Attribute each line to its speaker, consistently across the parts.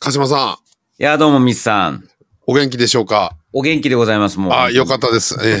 Speaker 1: 鹿島さん、
Speaker 2: いや、どうも、ミスさん。
Speaker 1: お元気でしょうか
Speaker 2: お元気でございます、もう。
Speaker 1: あ、よかったです。え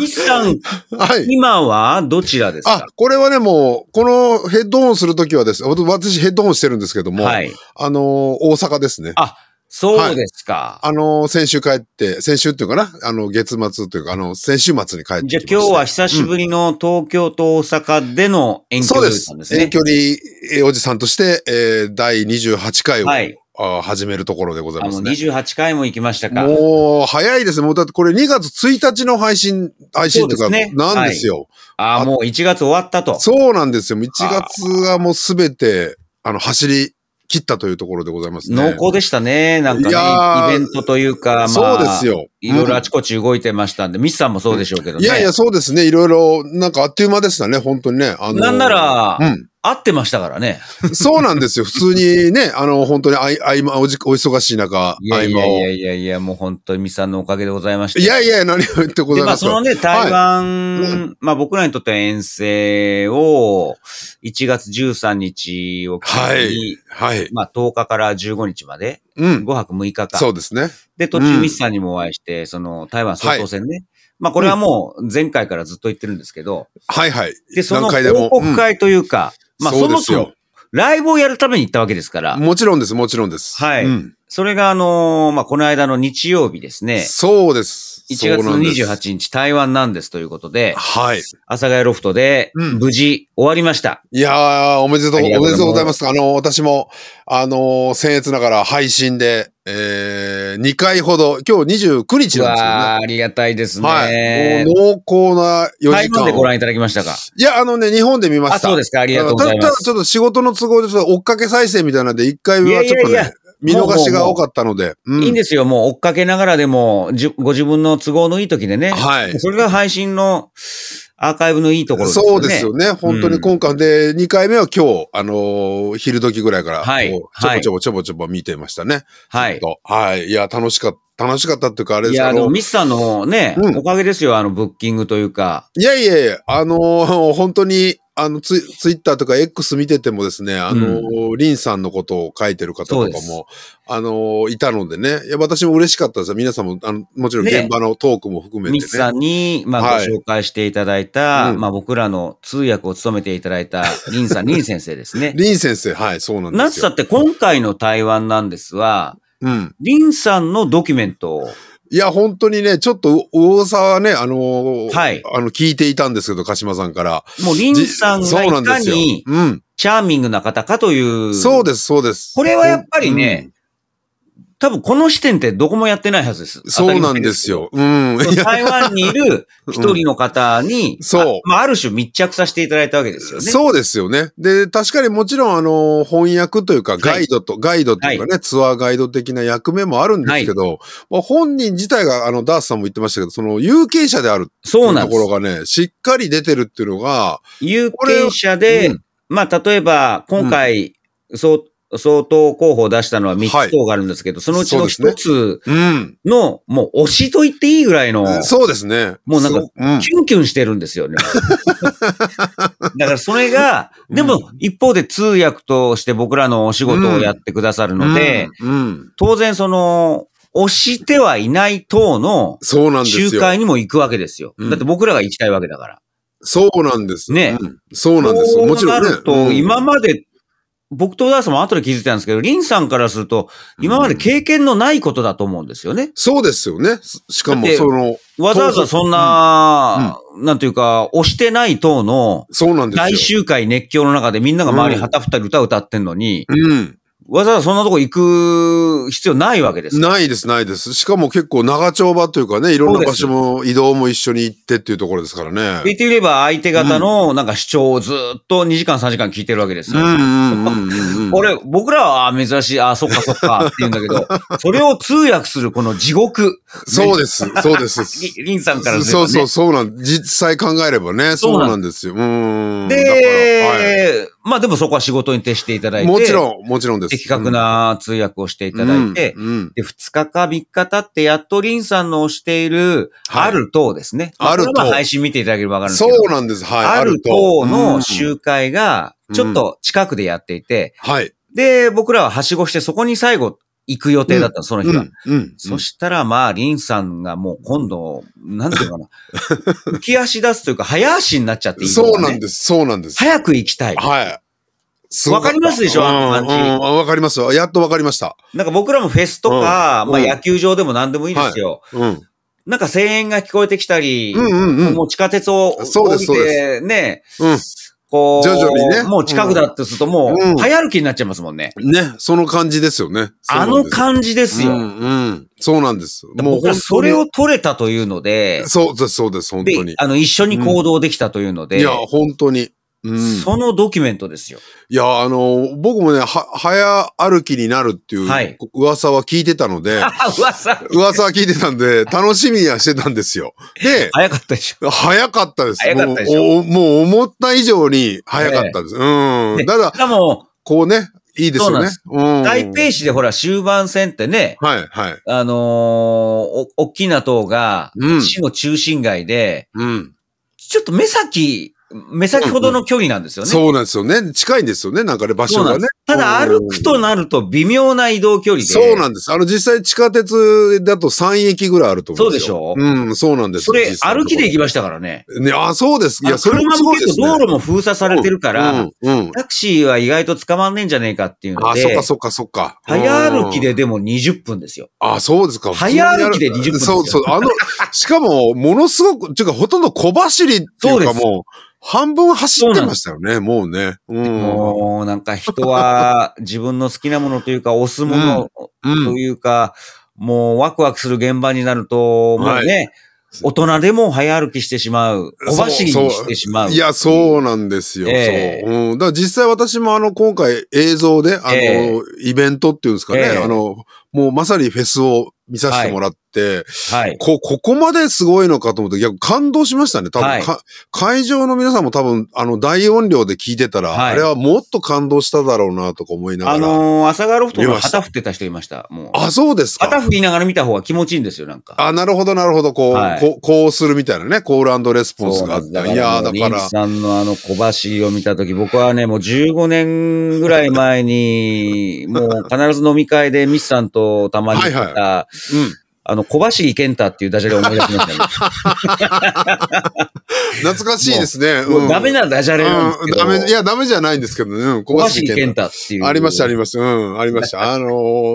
Speaker 2: ミスさん、
Speaker 1: えはい。
Speaker 2: 今はどちらです
Speaker 1: あ
Speaker 2: か、
Speaker 1: これはね、もう、このヘッドホンするときはですね、私ヘッドホンしてるんですけども、
Speaker 2: はい。
Speaker 1: あのー大阪ですね。
Speaker 2: あそうですか。
Speaker 1: あのー先週帰って、先週っていうかな、あの、月末というか、あの、先週末に帰ってきま
Speaker 2: じゃ
Speaker 1: し
Speaker 2: あ
Speaker 1: た
Speaker 2: 今日は久しぶりの東京と大阪での遠距
Speaker 1: そう
Speaker 2: 離だ
Speaker 1: で
Speaker 2: った
Speaker 1: す
Speaker 2: んです。ね。
Speaker 1: 遠距離えーおじさんとして、えー第28回を、
Speaker 2: はい。
Speaker 1: あー始めるところでござい
Speaker 2: あ
Speaker 1: ま
Speaker 2: の、
Speaker 1: すね。
Speaker 2: 28回も行きましたか。
Speaker 1: もう、早いですね。もう、だってこれ2月1日の配信、配信という
Speaker 2: そ
Speaker 1: か、
Speaker 2: うですね
Speaker 1: なんですよ。
Speaker 2: ああ、もう1月終わったと。
Speaker 1: そうなんですよ。1月はもうすべて、あの、走り切ったというところでございます
Speaker 2: 濃
Speaker 1: ね。
Speaker 2: 厚でしたね。なん
Speaker 1: いや
Speaker 2: か
Speaker 1: ー
Speaker 2: ね、イベントというか、まあ、
Speaker 1: そうですよ。
Speaker 2: いろい
Speaker 1: う
Speaker 2: ろあ
Speaker 1: ん
Speaker 2: ちこち動いてましたんで、ミスさんもそうでしょうけどね。
Speaker 1: いやいや、そうですね。いろいろ、なんかあっという間でしたね。本当にね。あの
Speaker 2: なんなら、
Speaker 1: うん
Speaker 2: 会ってましたからね。
Speaker 1: そうなんですよ。普通にね、 あの、本当にあい合間、おじ、お忙しい中、合
Speaker 2: い
Speaker 1: 間を
Speaker 2: や。いやいやいやいや、もう本当にミスさんのおかげでございました。
Speaker 1: いやいや、何を言ってござい
Speaker 2: で、ま
Speaker 1: ま
Speaker 2: あ、
Speaker 1: す
Speaker 2: そ
Speaker 1: か
Speaker 2: の。ね、台湾、
Speaker 1: はいう
Speaker 2: まあ、僕らにとっては遠征を、1月13日を機に、
Speaker 1: はいはい。
Speaker 2: まあ、10日から15日まで、
Speaker 1: うん。
Speaker 2: 5泊6日間。
Speaker 1: そうですね。
Speaker 2: で、途
Speaker 1: う
Speaker 2: 中、
Speaker 1: ん
Speaker 2: ミスさんにもお会いして、その、台湾総統選ね。まあ、これはもう、前回からずっと言ってるんですけど、
Speaker 1: はいはい。
Speaker 2: で、その
Speaker 1: 何回でも
Speaker 2: 報告会というか、まあ、
Speaker 1: そ
Speaker 2: そう
Speaker 1: で
Speaker 2: も
Speaker 1: す
Speaker 2: そ
Speaker 1: よ
Speaker 2: も、ライブをやるために行ったわけですから、
Speaker 1: もちろんです、もちろんです。
Speaker 2: はい
Speaker 1: うん
Speaker 2: それが、あのーまあ、この間の日曜日ですね、
Speaker 1: そうです。
Speaker 2: 1月
Speaker 1: そう
Speaker 2: の
Speaker 1: なんです
Speaker 2: 28日、台湾なんですということで、
Speaker 1: はい。
Speaker 2: 阿佐ヶ谷ロフトで
Speaker 1: うん、
Speaker 2: 無事終わりました。
Speaker 1: いやー、おめでとう、お
Speaker 2: ありがとう
Speaker 1: めでとうご
Speaker 2: ご
Speaker 1: ざい
Speaker 2: ざ
Speaker 1: ま。
Speaker 2: います
Speaker 1: あの、私も、あのー、僭越ながら配信で、えー、2回ほど、今日29日
Speaker 2: う
Speaker 1: なんですけどね。
Speaker 2: わーありがたいですね。
Speaker 1: はい。もう濃厚な4時
Speaker 2: 台
Speaker 1: 間
Speaker 2: 湾
Speaker 1: を。
Speaker 2: でご覧いただきましたか
Speaker 1: いや、あのね、日本で見ました。
Speaker 2: あ、そうですか。ありがとうご
Speaker 1: た
Speaker 2: ざ
Speaker 1: だ
Speaker 2: い
Speaker 1: た
Speaker 2: ま
Speaker 1: だ
Speaker 2: す。
Speaker 1: ちょっと仕事の都合でちょっと追っかけ再生みたいなんで、1回目はちょっと
Speaker 2: いやいやい
Speaker 1: ね
Speaker 2: や、
Speaker 1: 見逃しが多かったので。うん
Speaker 2: いいんですよ。もう追っかけながらでも、じゅご自分の都合のいい時でね。
Speaker 1: はい。
Speaker 2: それが配信のアーカイブのいいところですよね。
Speaker 1: そうですよね。本当に今回で、2回目は今日、あのー昼時ぐらいから、
Speaker 2: はい
Speaker 1: こうちょこちょこちょこちょこ見てましたね。
Speaker 2: はい
Speaker 1: ずっ。とはい。いや、楽しかった、楽しかったっていうか、あれで
Speaker 2: い
Speaker 1: すけど。
Speaker 2: や、でもミスさんのね、
Speaker 1: うん
Speaker 2: おかげですよ。あの、ブッキングというか。
Speaker 1: いやいやいや、あの ー本当に、あのツイ、ツイッターとか X 見ててもですね、あのーリンさんのことを書いてる方
Speaker 2: そ
Speaker 1: と
Speaker 2: うで
Speaker 1: か
Speaker 2: す
Speaker 1: も、あのーいたのでね、いや、私も嬉しかったですよ。皆さんも、あの、もちろん
Speaker 2: ね
Speaker 1: 現場のトークも含めてね。
Speaker 2: ミスさんに、まあ、
Speaker 1: はい
Speaker 2: ご紹介していただいた、
Speaker 1: うん
Speaker 2: まあ、僕らの通訳を務めていただいた、リンさん、リン先生ですね。
Speaker 1: リン先生、はい、そうなん
Speaker 2: な
Speaker 1: で
Speaker 2: ん
Speaker 1: す
Speaker 2: つった
Speaker 1: よ。
Speaker 2: って、今回の台湾なんですは、
Speaker 1: うん。
Speaker 2: リンさんのドキュメントを、
Speaker 1: いや、本当にね、ちょっと、大沢はね、あのー
Speaker 2: はい
Speaker 1: あの、聞いていたんですけど、鹿島さんから。
Speaker 2: もうリンさん
Speaker 1: じ
Speaker 2: が
Speaker 1: そうないんで
Speaker 2: か
Speaker 1: すよ。
Speaker 2: に
Speaker 1: うん。
Speaker 2: チャーミングな方かという。
Speaker 1: そうです、そうです。
Speaker 2: これはやっぱりね、多分この視点ってどこもやってないはずです。
Speaker 1: そうなんですよ。うん。
Speaker 2: 当たり前ですけど。台湾に いる一人の方に、
Speaker 1: んそう
Speaker 2: あまあ、ある種密着させていただいたわけですよね。
Speaker 1: そうですよね。で、確かにもちろん、あの、翻訳というか、
Speaker 2: い
Speaker 1: ガイドと、ガイドというかね、ツアーガイド的な役目もあるんですけど、まあ本人自体が、あの、ダースさんも言ってましたけど、その、有権者であるって
Speaker 2: そ
Speaker 1: いうう
Speaker 2: なん
Speaker 1: と
Speaker 2: で
Speaker 1: ころ
Speaker 2: す。
Speaker 1: がね、しっかり出てるっていうのが、
Speaker 2: 有
Speaker 1: これ
Speaker 2: 権者で、
Speaker 1: うん
Speaker 2: まあ、例えば、今回、そう総統候補を出したのは3つ党があるんですけど、そのうちの
Speaker 1: そう
Speaker 2: 1
Speaker 1: で
Speaker 2: つ
Speaker 1: うん。
Speaker 2: の、もう推しと言っていいぐらいの、
Speaker 1: そうですね。
Speaker 2: もうなんか
Speaker 1: そうん
Speaker 2: キュンキュンしてるんで すよね。だからそれが、
Speaker 1: うん
Speaker 2: でも一方で通訳として僕らのお仕事をやってくださるので、
Speaker 1: うんうん
Speaker 2: 当然その、押してはいない党の
Speaker 1: そうなんです
Speaker 2: 集
Speaker 1: よ。
Speaker 2: 会にも行くわけですよ。
Speaker 1: うん
Speaker 2: だって僕らが行きたいわけだから。
Speaker 1: そうなんです。
Speaker 2: ね
Speaker 1: うんそうなんですよ。もちろんね
Speaker 2: そうなる。と、
Speaker 1: うん
Speaker 2: 今まで、僕と小田さんも後で気づいたんですけど、リンさんからすると、今まで経験のないことだと思うんですよね。
Speaker 1: そうですよね。しか
Speaker 2: だ
Speaker 1: も、
Speaker 2: って
Speaker 1: その、
Speaker 2: わざわざそんな、なんというか、押してない党の、
Speaker 1: そうなんですよ。
Speaker 2: 大集会熱狂の中でみんなが周り旗振ったり歌歌ってんのに、
Speaker 1: うん。
Speaker 2: わざわざそんなとこ行く必要ないわけですよ。
Speaker 1: ないです、ないです。しかも結構長丁場というかね、いろんな場所も移動も一緒に行ってっていうところですからね。
Speaker 2: 言ってみれば相手方のなんか主張をずっと2時間3時間聞いてるわけです
Speaker 1: うん
Speaker 2: よ。
Speaker 1: うんうんうんうん。
Speaker 2: 俺、僕らは、あー珍しい、あー、そっかそっかって言うんだ けど、それを通訳するこの地獄。
Speaker 1: そうです、そう です。
Speaker 2: リリンさんからすれば
Speaker 1: そう
Speaker 2: ね。
Speaker 1: そう、そうなん、実際考えればね、
Speaker 2: そ
Speaker 1: そうう
Speaker 2: なん
Speaker 1: なんですよ。うん。だからは
Speaker 2: で、まあでもそこは仕事に徹していただい
Speaker 1: い
Speaker 2: て、
Speaker 1: もちろん、もちろんです。
Speaker 2: 的確な通訳をしていただいて、
Speaker 1: うんうん
Speaker 2: で、二日か三日経って、やっとリンさんの推している、
Speaker 1: はい
Speaker 2: ある党ですね。ま
Speaker 1: ある党
Speaker 2: これは配信見ていただければわかるんです
Speaker 1: そ
Speaker 2: けど。
Speaker 1: うなんです。はい。
Speaker 2: ある
Speaker 1: と
Speaker 2: 党の集会が、ちょっと近くでやっていて、
Speaker 1: うんはい。
Speaker 2: で、僕らははしごして、そこに最後行く予定だったの、その日は。
Speaker 1: うん。
Speaker 2: そしたら、まあ、リンさんがもう今度、なんていうのか な。浮き足出すというか、早足になっちゃっていいの
Speaker 1: そ
Speaker 2: が
Speaker 1: うな
Speaker 2: ね
Speaker 1: んです。そうなんです。
Speaker 2: 早く行きたい。
Speaker 1: はい。すご
Speaker 2: わ
Speaker 1: った
Speaker 2: かりますでしょあの感じ
Speaker 1: うんうんわかりますよ。やっとわかりました。
Speaker 2: なんか僕らもフェスとか、
Speaker 1: うん
Speaker 2: まあ
Speaker 1: うん
Speaker 2: 野球場でも何でもいいですよ。
Speaker 1: うん。
Speaker 2: なんか声援が聞こえてきたり、
Speaker 1: うんうんうん
Speaker 2: もう地下鉄を
Speaker 1: そうです
Speaker 2: 降りて、ね、
Speaker 1: うん。
Speaker 2: こう、
Speaker 1: 徐々にね
Speaker 2: もう近くだとするとも
Speaker 1: うん
Speaker 2: う、早歩きになっちゃいますもんね。
Speaker 1: ね、その感じですよね。
Speaker 2: あの感じで
Speaker 1: じ
Speaker 2: すよ。
Speaker 1: うん、うん。そうなんです。もう
Speaker 2: 僕
Speaker 1: 本当
Speaker 2: は
Speaker 1: に
Speaker 2: それを取れたというので、
Speaker 1: そうです、そうです、本
Speaker 2: で
Speaker 1: 当に。
Speaker 2: あの、一緒に行動できたというので、
Speaker 1: いや、本当に。うん、
Speaker 2: そのドキュメントですよ。
Speaker 1: いや、あの、僕もね、は、早歩きになるってい
Speaker 2: は
Speaker 1: う
Speaker 2: い
Speaker 1: 噂は聞いてたので、
Speaker 2: あ、噂。
Speaker 1: 噂は聞いてたんで、楽しみにはしてたんですよ。で、
Speaker 2: 早かったでしょ。
Speaker 1: 早かったです。
Speaker 2: 早かったでし
Speaker 1: もうお
Speaker 2: ょ
Speaker 1: もう思った以上に早かったです。う
Speaker 2: ね
Speaker 1: ん。ただ、
Speaker 2: しかも、
Speaker 1: こうね、いいですよね。うん。
Speaker 2: 台北市でほら終盤戦ってね、
Speaker 1: はい、はい。
Speaker 2: あのーお、大きな塔が
Speaker 1: う、ん
Speaker 2: 市の中心街で、
Speaker 1: うん。
Speaker 2: ちょっと目先、目先ほどの距離なんですよね。
Speaker 1: そうなんですよね。近いんですよね。なんかね、場所
Speaker 2: そうな
Speaker 1: が
Speaker 2: んで
Speaker 1: ね
Speaker 2: す。ただ
Speaker 1: うん
Speaker 2: 歩くとなると微妙な移動距離で。
Speaker 1: そうなんです。あの、実際地下鉄だと3駅ぐらいあると思うんですよ。
Speaker 2: そうで
Speaker 1: しょうん、そうなんです
Speaker 2: そ
Speaker 1: よ。
Speaker 2: れ
Speaker 1: 実際の
Speaker 2: 歩
Speaker 1: とこ
Speaker 2: きで行きましたからね。
Speaker 1: ね、あ、そうです。い
Speaker 2: あ
Speaker 1: や、
Speaker 2: の
Speaker 1: それも
Speaker 2: 車
Speaker 1: す
Speaker 2: も
Speaker 1: ごい
Speaker 2: 結
Speaker 1: です、
Speaker 2: 構
Speaker 1: ね。
Speaker 2: 道路も封鎖されてるから、
Speaker 1: うん、うん。
Speaker 2: タクシーは意外と捕まんねえんじゃねえかっていうの
Speaker 1: あ、
Speaker 2: で、
Speaker 1: そっかそっかそっか。
Speaker 2: 早歩き
Speaker 1: う
Speaker 2: で
Speaker 1: ん。
Speaker 2: でも20分ですよ。
Speaker 1: あ、そうですか。
Speaker 2: 早歩きで20分です
Speaker 1: そ
Speaker 2: よ
Speaker 1: うそう。あの、しかも、ものすごく、っていうか、ほとんど小走りっていう
Speaker 2: そ
Speaker 1: か
Speaker 2: うで
Speaker 1: もう、半分走ってましたよね、もうね。うん。
Speaker 2: もうなんか人は自分の好きなものというか、押すもの
Speaker 1: うん
Speaker 2: と。いうか、もうワクワクする現場になると、もうね、大人でも早歩きしてしまう、
Speaker 1: そう
Speaker 2: 小走りにしてしまう。
Speaker 1: いや、そうなんですよ。
Speaker 2: ええ
Speaker 1: そう。うん。だから実際私もあの、今回映像で、あの、
Speaker 2: ええ
Speaker 1: イベントっていうんですかね、
Speaker 2: ええ
Speaker 1: あの、もうまさにフェスを見させてもらって、
Speaker 2: はい。
Speaker 1: こ、ここまですごいのかと思って、逆に感動しましたね。多分、
Speaker 2: はい
Speaker 1: か会場の皆さんも多分、あの、大音量で聞いてたら、
Speaker 2: はい
Speaker 1: あれはもっと感動しただろうなとか思いながら。
Speaker 2: あ
Speaker 1: あ
Speaker 2: のー、朝ガロフト
Speaker 1: 見
Speaker 2: の
Speaker 1: ました
Speaker 2: 旗振ってた人いました。もう。
Speaker 1: そうです
Speaker 2: 旗
Speaker 1: か。
Speaker 2: 振りながら見た方が気持ちいいんですよ、なんか。
Speaker 1: あ、なるほど、なるほど。こう、
Speaker 2: はい
Speaker 1: こう、こうするみたいなね。コールレスポンスがあった。
Speaker 2: だから
Speaker 1: いやー、だか
Speaker 2: リン
Speaker 1: ら。
Speaker 2: さんのあの小走りを見たとき、僕はね、もう15年ぐらい前 に、もう必ず飲み会でミスさんとたまに行った、
Speaker 1: はい
Speaker 2: あの、小走り健太っていうダジャレを思い出しま したね。
Speaker 1: 懐かしいですね。
Speaker 2: もうダメなダジャレなんです
Speaker 1: うん、
Speaker 2: けど、
Speaker 1: ダメ、いや、ダメじゃないんですけどね。うん、
Speaker 2: 小
Speaker 1: 小
Speaker 2: 走
Speaker 1: 走
Speaker 2: り
Speaker 1: り
Speaker 2: 健
Speaker 1: 県。
Speaker 2: 太っていう。
Speaker 1: ありました、ありました。うん、ありま した。あの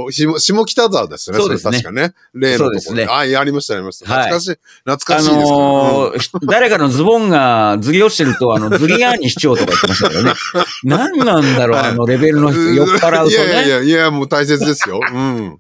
Speaker 1: ー、下下北沢ですね。
Speaker 2: そうですね
Speaker 1: れ確かね。例のところ
Speaker 2: そうですね
Speaker 1: あ、いやありました、ありました。
Speaker 2: はい
Speaker 1: 懐かしい。懐か
Speaker 2: あ
Speaker 1: しいですけど。うん
Speaker 2: のーひ誰かのズボンがずり落ちてると、あの、ズリアーニ市長とか言ってましたけ どね。何なんだろう、あのレベルの人、酔っ払うと
Speaker 1: い
Speaker 2: ね。
Speaker 1: やいやいや、いやもう大切ですよ。うん。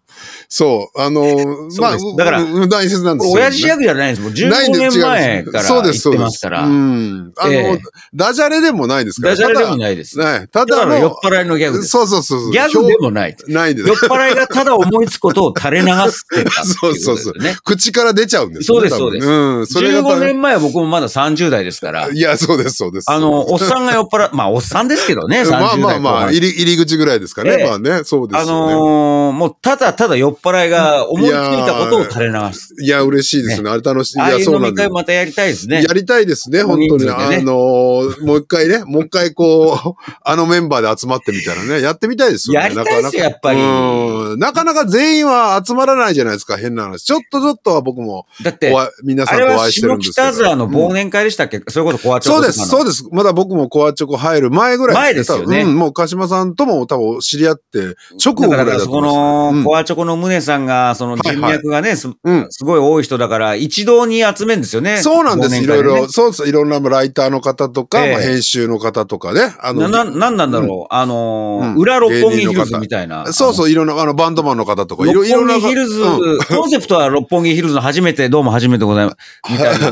Speaker 1: そう。あのー、まあ
Speaker 2: そうです、だから
Speaker 1: うん大切なんですよ。
Speaker 2: 親父ギャグじゃないんです。もう
Speaker 1: ないんで
Speaker 2: 15年前から
Speaker 1: そう
Speaker 2: 言
Speaker 1: で
Speaker 2: っ
Speaker 1: す、そう
Speaker 2: て
Speaker 1: で
Speaker 2: ますから。
Speaker 1: うん。あの、
Speaker 2: ええ
Speaker 1: ダジャレでもないですから。
Speaker 2: ダジャレでも
Speaker 1: い。
Speaker 2: ないです。
Speaker 1: ね、ただ
Speaker 2: ただの酔っ
Speaker 1: の、
Speaker 2: 払いのギャグです。
Speaker 1: そうそうそうそう。
Speaker 2: ギャグでもない。
Speaker 1: ないです
Speaker 2: 酔っ。払いがただ思いつくことを垂れ流すってたっていことです
Speaker 1: そ
Speaker 2: よね。
Speaker 1: うそう口から出ちゃうんです
Speaker 2: そうです
Speaker 1: 多分
Speaker 2: そうです
Speaker 1: うん。それが多
Speaker 2: 15
Speaker 1: 分。
Speaker 2: 年前は僕もまだ30代ですから。
Speaker 1: いや、そうです、そうです。
Speaker 2: あの、おっさんが酔っ払、まあ、おっさんですけどね、30代
Speaker 1: まあまあまあ、
Speaker 2: 後半
Speaker 1: 入り、入り口ぐらいですかね。
Speaker 2: ええ
Speaker 1: まあね、そうです
Speaker 2: あ
Speaker 1: よね。
Speaker 2: のーもうただただ酔っ払いが思いついたことを垂れ流す。
Speaker 1: いや、嬉しいですね。あれ楽しい。い
Speaker 2: ああ
Speaker 1: や、
Speaker 2: いう
Speaker 1: そう
Speaker 2: 飲
Speaker 1: な
Speaker 2: み
Speaker 1: んで
Speaker 2: 会
Speaker 1: す。
Speaker 2: またやりたいですね
Speaker 1: や。りたいですね、本当に。
Speaker 2: 人数
Speaker 1: あ
Speaker 2: でね
Speaker 1: のーもう一回ね、もう一回こう、 あのメンバーで集まってみたらね、やってみたいですよね。
Speaker 2: やりたいですよ、やっぱり。
Speaker 1: うん。なかなか全員は集まらないじゃないですか、変な話。ちょっとちょっとは僕も
Speaker 2: だって
Speaker 1: お、会い、皆さ
Speaker 2: あ
Speaker 1: ん
Speaker 2: れ
Speaker 1: とお
Speaker 2: は
Speaker 1: 会いしてる
Speaker 2: 下
Speaker 1: んですけど。
Speaker 2: 北沢の忘年会でしたっけ、それこそコアチョコ
Speaker 1: そう
Speaker 2: とか
Speaker 1: で
Speaker 2: の
Speaker 1: す、そうです。まだ僕もコアチョコ入る前ぐらい
Speaker 2: 前ですよね
Speaker 1: 多分うん、もう鹿島さんとも多分知り合って、直後
Speaker 2: だ
Speaker 1: ぐ
Speaker 2: から
Speaker 1: い
Speaker 2: ら、だ
Speaker 1: だと
Speaker 2: からそこ
Speaker 1: 思うん
Speaker 2: の、
Speaker 1: ですよ。
Speaker 2: コアチョコのムネさんが、その
Speaker 1: はい
Speaker 2: 人脈がね、す
Speaker 1: うん。うん
Speaker 2: すごい多い人だから、一堂に集めるんですよね。
Speaker 1: そうなんです、
Speaker 2: 忘年
Speaker 1: い
Speaker 2: 会
Speaker 1: ろい
Speaker 2: ね
Speaker 1: ろ。そうです。いろんなライターの方とか、
Speaker 2: ええ
Speaker 1: まあ、編集の方とかね。あの、
Speaker 2: な、な、なんなんだろう。あのー
Speaker 1: うん
Speaker 2: 裏六本木ヒルズみたいな。
Speaker 1: そう
Speaker 2: う。
Speaker 1: そう、いろんな、あの、バンドマンの方とか、いろ
Speaker 2: 六
Speaker 1: いろ
Speaker 2: 本
Speaker 1: な。
Speaker 2: 木ヒルズ、
Speaker 1: うん
Speaker 2: コンセプトは六本木ヒルズの初めて、どうも初めてございます。みたいな。
Speaker 1: う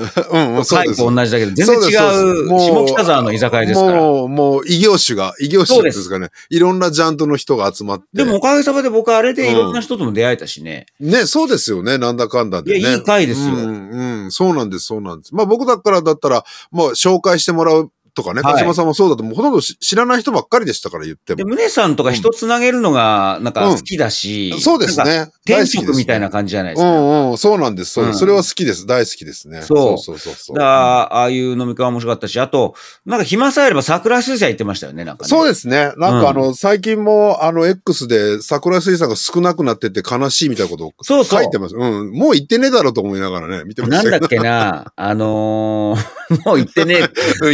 Speaker 1: ん、うん、そう
Speaker 2: 回
Speaker 1: で
Speaker 2: と
Speaker 1: す。
Speaker 2: 同じだけど、全然
Speaker 1: そうで
Speaker 2: 違
Speaker 1: すそうで
Speaker 2: う、
Speaker 1: すも
Speaker 2: 下
Speaker 1: う
Speaker 2: 北沢の居酒屋ですから。
Speaker 1: もう、もう、異業種が、異業種っていうんですかね。いろんなジャンルの人が集まって。
Speaker 2: でも、おかげさまで僕あれでいろんな人とも出会えたしね。
Speaker 1: ね、そうですよね、なんだかんだで
Speaker 2: いや
Speaker 1: ね。
Speaker 2: いい回ですよ
Speaker 1: うん、うん、そうなんです、そうなんです。まあ僕だからだったら、まあ紹介してもらうとかね、田島さんもそうだと、もうほとんど知らない人ばっかりでしたから言っても。
Speaker 2: で、宗さんとか人つなげるのが、なんか好きだし、
Speaker 1: そうですね。
Speaker 2: 天職みたいな感じじゃないですか。
Speaker 1: うんうん、そうなんです。そうそれは好きです。大好きですね。
Speaker 2: そうそうそうそう。だああいう飲み会面白かったし、あと、なんか暇さえあれば桜井水産行ってましたよね、なんか、
Speaker 1: そうですね。なんかあの、最近も、あの、X で桜井水産が少なくなってて悲しいみたいなことを書いてます。うん。もう行ってねえだろうと思いながらね、見てました
Speaker 2: けど。なんだっけな、あのもう行ってねえ。